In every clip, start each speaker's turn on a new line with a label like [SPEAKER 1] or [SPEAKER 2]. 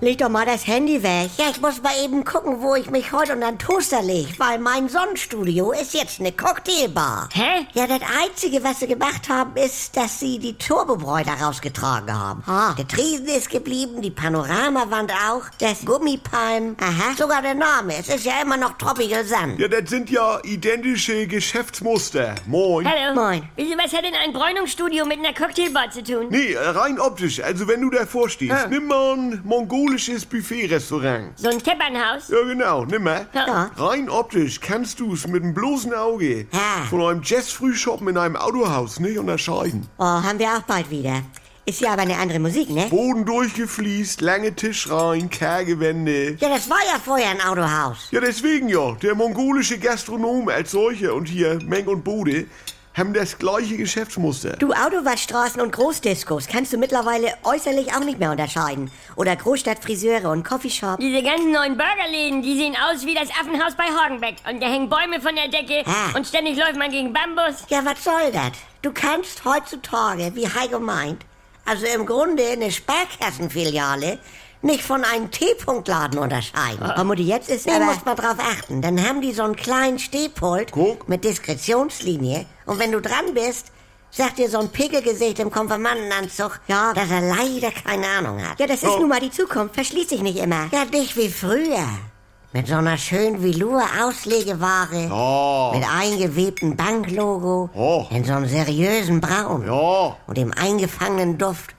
[SPEAKER 1] leg doch mal das Handy weg.
[SPEAKER 2] Ja, ich muss mal eben gucken, wo ich mich heute unter den Toaster leg, weil mein Sonnenstudio ist jetzt eine Cocktailbar.
[SPEAKER 1] Hä?
[SPEAKER 2] Ja, das Einzige, was sie gemacht haben, ist, dass sie die Turbobräu da rausgetragen haben.
[SPEAKER 1] Ah.
[SPEAKER 2] Der Tresen ist geblieben, die Panoramawand auch, das Gummipalm, aha, sogar der Name. Es ist ja immer noch Tropical Sun.
[SPEAKER 3] Ja, das sind ja identische Geschäftsmuster. Moin.
[SPEAKER 4] Hallo.
[SPEAKER 2] Moin.
[SPEAKER 4] Wieso, was hat denn ein Bräunungsstudio mit einer Cocktailbar zu tun?
[SPEAKER 3] Nee, äh, rein optisch. Also wenn du davor stehst,
[SPEAKER 1] Ja.
[SPEAKER 3] nimm mal ein mongolisches Buffet-Restaurant.
[SPEAKER 4] So ein Teppernhaus?
[SPEAKER 3] Ja, genau, nimm mal.
[SPEAKER 4] Ja.
[SPEAKER 3] Rein optisch kannst du es mit dem bloßen Auge
[SPEAKER 2] Ja.
[SPEAKER 3] von einem Jazz-Frühschoppen in einem Autohaus nicht unterscheiden.
[SPEAKER 2] Oh, haben wir auch bald wieder. Ist ja aber eine andere Musik, ne?
[SPEAKER 3] Boden durchgefließt, lange Tischreihen, karge Wände.
[SPEAKER 2] Ja, das war ja vorher ein Autohaus.
[SPEAKER 3] Ja, deswegen ja. Der mongolische Gastronom als solcher und hier Meng und Bode haben das gleiche Geschäftsmuster.
[SPEAKER 2] Du Autowaschstraßen und Großdiskos kannst du mittlerweile äußerlich auch nicht mehr unterscheiden. Oder Großstadtfriseure und Coffeeshop.
[SPEAKER 4] Diese ganzen neuen Burgerläden, die sehen aus wie das Affenhaus bei Horgenbeck. Und da hängen Bäume von der Decke
[SPEAKER 2] Ah.
[SPEAKER 4] und ständig läuft man gegen Bambus.
[SPEAKER 2] Ja, was soll das? Du kannst heutzutage, wie Heiko meint, also im Grunde eine Sparkassenfiliale nicht von einem T-Punkt-Laden unterscheiden.
[SPEAKER 1] Aber Mutti, jetzt ist
[SPEAKER 2] Da
[SPEAKER 1] aber...
[SPEAKER 2] muss man drauf achten. Dann haben die so einen kleinen Stehpult
[SPEAKER 3] Guck.
[SPEAKER 2] mit Diskretionslinie. Und wenn du dran bist, sagt dir so ein Pickelgesicht im Konfirmandenanzug,
[SPEAKER 1] Ja.
[SPEAKER 2] dass er leider keine Ahnung hat.
[SPEAKER 1] Ja, das ist nun mal die Zukunft. Verschließ dich nicht immer.
[SPEAKER 2] Ja, nicht wie früher. Mit so einer schönen Velour-Auslegeware.
[SPEAKER 3] Ja.
[SPEAKER 2] Mit eingewebtem Banklogo.
[SPEAKER 3] Ja.
[SPEAKER 2] In so einem seriösen Braun.
[SPEAKER 3] Ja.
[SPEAKER 2] Und dem eingefangenen Duft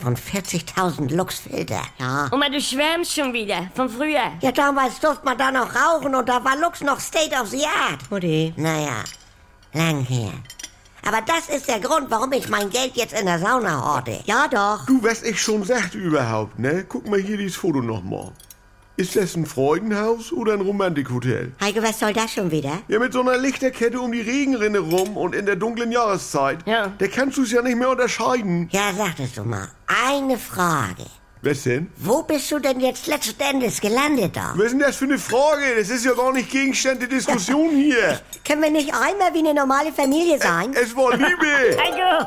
[SPEAKER 2] von 40.000 Luxfilter. Ja.
[SPEAKER 4] Oma, du schwärmst schon wieder. Von früher.
[SPEAKER 2] Ja, damals durfte man da noch rauchen und da war Lux noch State of the Art.
[SPEAKER 1] Mutti.
[SPEAKER 2] Naja, lang her. Aber das ist der Grund, warum ich mein Geld jetzt in der Sauna horte.
[SPEAKER 1] Ja, doch.
[SPEAKER 3] Du, was ich schon sagte überhaupt, ne? Guck mal hier dieses Foto nochmal. Ist das ein Freudenhaus oder ein Romantikhotel?
[SPEAKER 1] Heike, was soll das schon wieder?
[SPEAKER 3] Ja, mit so einer Lichterkette um die Regenrinne rum und in der dunklen Jahreszeit.
[SPEAKER 4] Ja.
[SPEAKER 3] Da kannst du es ja nicht mehr unterscheiden.
[SPEAKER 2] Ja, sagtest du mal. Eine Frage.
[SPEAKER 3] Was denn?
[SPEAKER 2] Wo bist du denn jetzt letzten Endes gelandet da?
[SPEAKER 3] Was ist denn das für eine Frage? Das ist ja gar nicht Gegenstand der Diskussion hier.
[SPEAKER 1] Können wir nicht einmal wie eine normale Familie sein?
[SPEAKER 3] Es war Liebe.
[SPEAKER 4] Heiko!